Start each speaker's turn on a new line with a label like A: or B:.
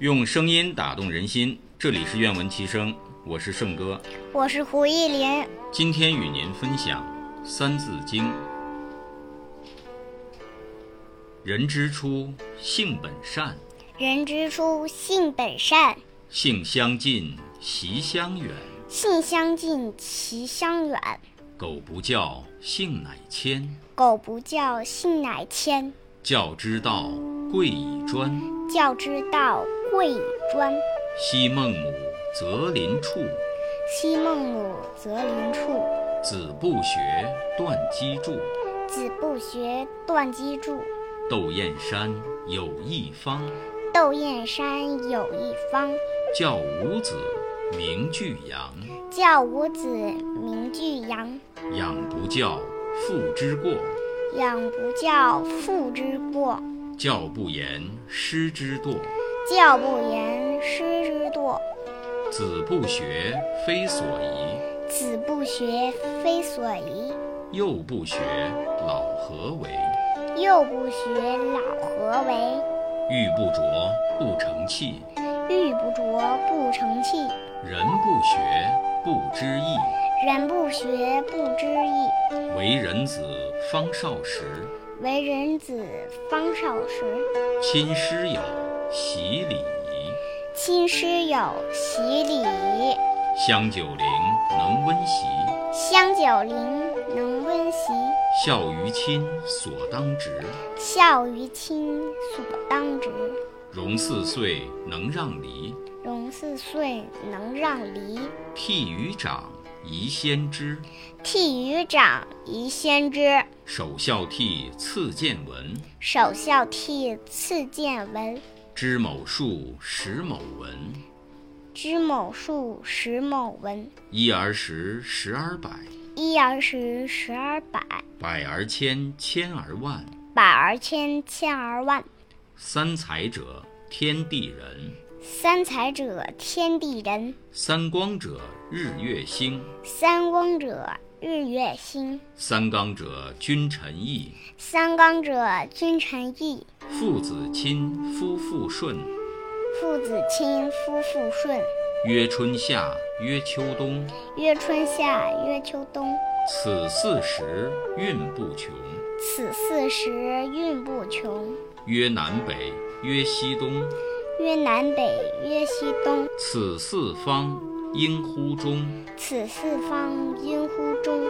A: 用声音打动人心。这里是愿闻其声，我是盛哥。
B: 我是胡一林。
A: 今天与您分享《三字经》：人之初，性本善，
B: 人之初，性本善，
A: 性相近，习相远。
B: 性相近，习相远。
A: 苟不教，性乃迁。
B: 苟不教，性乃迁。
A: 教之道，贵以专。
B: 教之道，贵以专。
A: 昔孟母，择邻处，
B: 昔孟母择邻处，
A: 子不学，断机杼。
B: 子不学，断机杼。
A: 窦燕山有义方，
B: 窦燕山有义方，
A: 教五子，名俱扬。
B: 教五子，名俱扬。
A: 养不教，父之过；
B: 养不教，父之过。
A: 教不严，师之惰。
B: 教不严，师之惰。
A: 子不学，非所宜；
B: 子不学，非所宜。
A: 幼不学，老何为？
B: 幼不学，老何为？
A: 玉不琢不成器，
B: 玉不琢不成器，
A: 人不学不知义。
B: 人不学不知义。
A: 为人子，方少时。
B: 为人子，方少时。
A: 亲师友，习礼仪。
B: 亲师友，习礼仪。
A: 香九龄，能温席。
B: 香九龄，能温席。
A: 孝于亲，所当执。
B: 孝于亲，所当执。
A: 融四岁，能让梨。
B: 融四岁，能让梨。
A: 悌于长，宜先知。
B: 悌于长，宜先知。
A: 首孝悌，次见闻。
B: 首孝悌，次见闻。
A: 知某树，识某文。
B: 知某数，识某文。
A: 一而十，十而百，
B: 一而十，十而百，
A: 百而千，千而万。
B: 百而千，千而万。
A: 三才者，天地人；
B: 三才者，天地人；
A: 三光者，日月星；
B: 三光者，日月星；
A: 三纲者，君臣义。
B: 三纲者，君臣义。
A: 父子亲，夫妇顺。
B: 父子亲，夫妇顺。
A: 曰春夏，曰秋冬。
B: 曰春夏，曰秋冬。
A: 此四时，运不穷。
B: 此四时，运不穷。
A: 曰南北，曰西东。
B: 曰南北，曰西东。
A: 此四方，应乎中。
B: 此四方，应乎中。